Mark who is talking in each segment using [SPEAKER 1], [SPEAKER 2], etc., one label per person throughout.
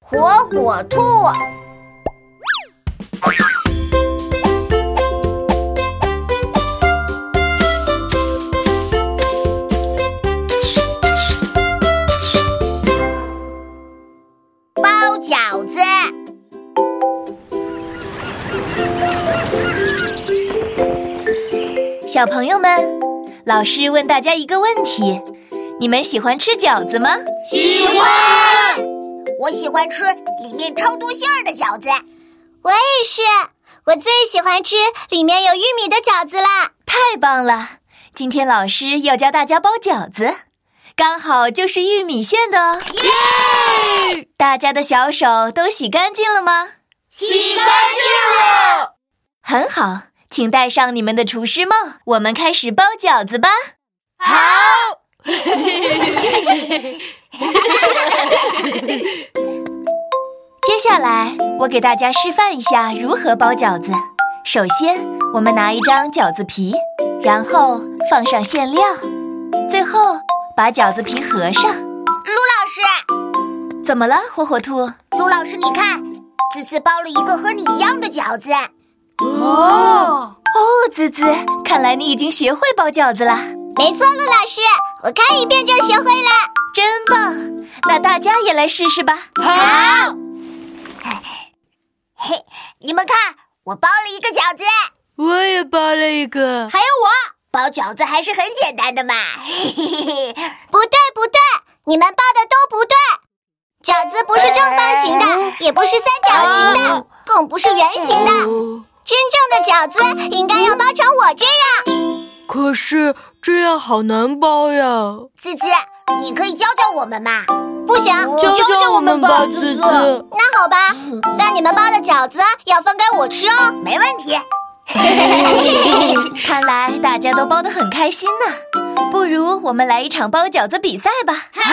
[SPEAKER 1] 火火兔。包饺子，
[SPEAKER 2] 小朋友们，老师问大家一个问题：你们喜欢吃饺子吗？
[SPEAKER 1] 喜欢。我喜欢吃里面超多馅儿的饺子。
[SPEAKER 3] 我也是，我最喜欢吃里面有玉米的饺子啦。
[SPEAKER 2] 太棒了！今天老师要教大家包饺子，刚好就是玉米馅的哦。耶！大家的小手都洗干净了吗？
[SPEAKER 1] 洗干净了。
[SPEAKER 2] 很好，请戴上你们的厨师帽，我们开始包饺子吧。
[SPEAKER 1] 好，
[SPEAKER 2] 接下来，我给大家示范一下如何包饺子。首先，我们拿一张饺子皮，然后放上馅料，最后把饺子皮合上。
[SPEAKER 1] 卢老师，
[SPEAKER 2] 怎么了，火火兔？
[SPEAKER 1] 卢老师，你看，这次包了一个和你一样的饺子。哦，
[SPEAKER 2] 哦，滋滋，看来你已经学会包饺子啦，
[SPEAKER 3] 没错，陆老师，我看一遍就学会了。
[SPEAKER 2] 真棒！那大家也来试试吧。
[SPEAKER 1] 好。 嘿，你们看，我包了一个饺子，
[SPEAKER 4] 我也包了一个，
[SPEAKER 1] 还有我包饺子还是很简单的嘛。 嘿嘿嘿，
[SPEAKER 3] 不对，不对，你们包的都不对。饺子不是正方形
[SPEAKER 1] 哎
[SPEAKER 3] 的，也不是三角形
[SPEAKER 1] 哦
[SPEAKER 3] 的，更不是圆形
[SPEAKER 1] 嗯
[SPEAKER 3] 的。
[SPEAKER 4] 哦，
[SPEAKER 3] 真正的饺子应该要包成我这样。
[SPEAKER 4] 可是这样好难包呀！
[SPEAKER 1] 滋滋，你可以教教我们嘛？
[SPEAKER 3] 不行，
[SPEAKER 1] 教
[SPEAKER 4] 教哦我们吧，滋滋。
[SPEAKER 3] 那好吧，那你们包的饺子要分给我吃哦。
[SPEAKER 1] 没问题。
[SPEAKER 2] 看来大家都包得很开心呢。不如我们来一场包饺子比赛吧。好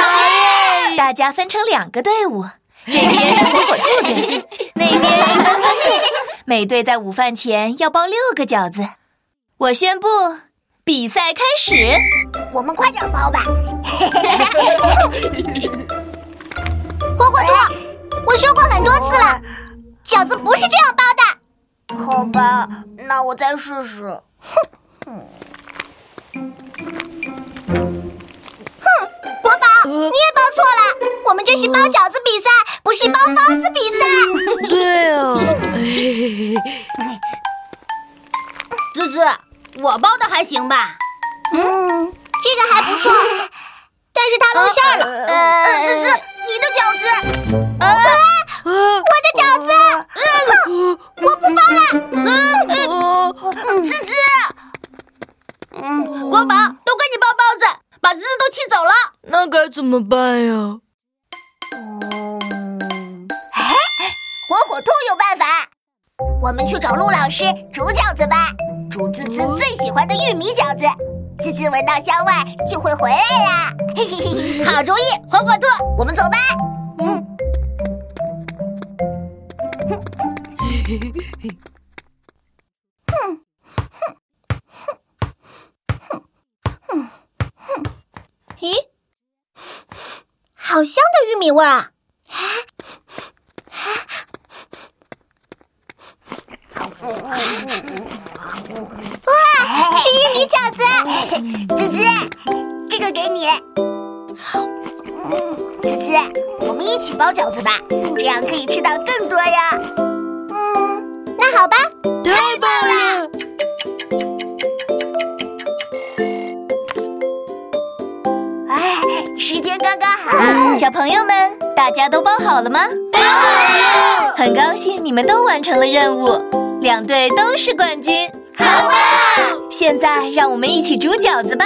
[SPEAKER 2] 耶！大家分成两个队伍，这边是火火兔 队，那边是奔奔队。每队在午饭前要包六个饺子。我宣布，比赛开始。
[SPEAKER 1] 我们快点包吧。
[SPEAKER 3] 火火兔，我说过很多次了，饺子不是这样包的。
[SPEAKER 1] 好吧，那我再试试。
[SPEAKER 3] 国宝，
[SPEAKER 2] 呃
[SPEAKER 3] 你也包错了，我们这是包饺子比赛，不是包包子比赛。
[SPEAKER 4] 对 哎哦，
[SPEAKER 1] 滋滋，我包的还行吧？
[SPEAKER 3] 嗯，这个还不错，但是它露馅儿了。
[SPEAKER 1] 呃，滋滋，你的饺子，
[SPEAKER 4] 啊，哦我
[SPEAKER 3] 我的饺子，
[SPEAKER 2] 嗯
[SPEAKER 4] 我不包了。
[SPEAKER 1] 滋滋。哦
[SPEAKER 3] 哦
[SPEAKER 1] 嗯，国宝都跟你包包子，把滋滋都气走了。
[SPEAKER 4] 那该怎么办呀？
[SPEAKER 1] 嗯，火火兔有办法，我们去找陆老师煮饺子吧，煮滋滋最喜欢的玉米饺子，滋滋闻到香味就会回来啦。嘿嘿 嘿，好主意，火火兔，我们走吧。
[SPEAKER 3] 咦，好香的玉米味儿啊！哇，是玉米饺子，
[SPEAKER 2] 啊
[SPEAKER 1] 滋滋，这个给你。滋滋，我们一起包饺子吧，这样可以吃到更多呀。
[SPEAKER 3] 那好吧，
[SPEAKER 4] 太棒 了！
[SPEAKER 1] 哎，时间刚刚好。
[SPEAKER 2] 嗯小朋友们，大家都包好了吗？包好了。很高兴你们都完成了任务，两队都是冠军。好啊！现在让我们一起煮饺子吧。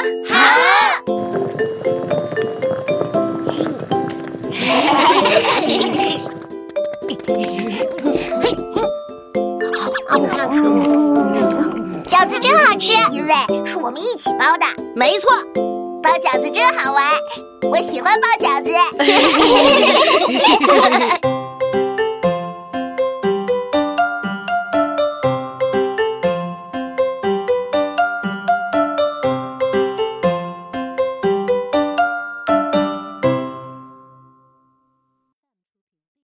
[SPEAKER 3] 饺子真好吃。
[SPEAKER 1] 因为是我们一起包的。没错，包饺子真好玩，我喜欢包饺子。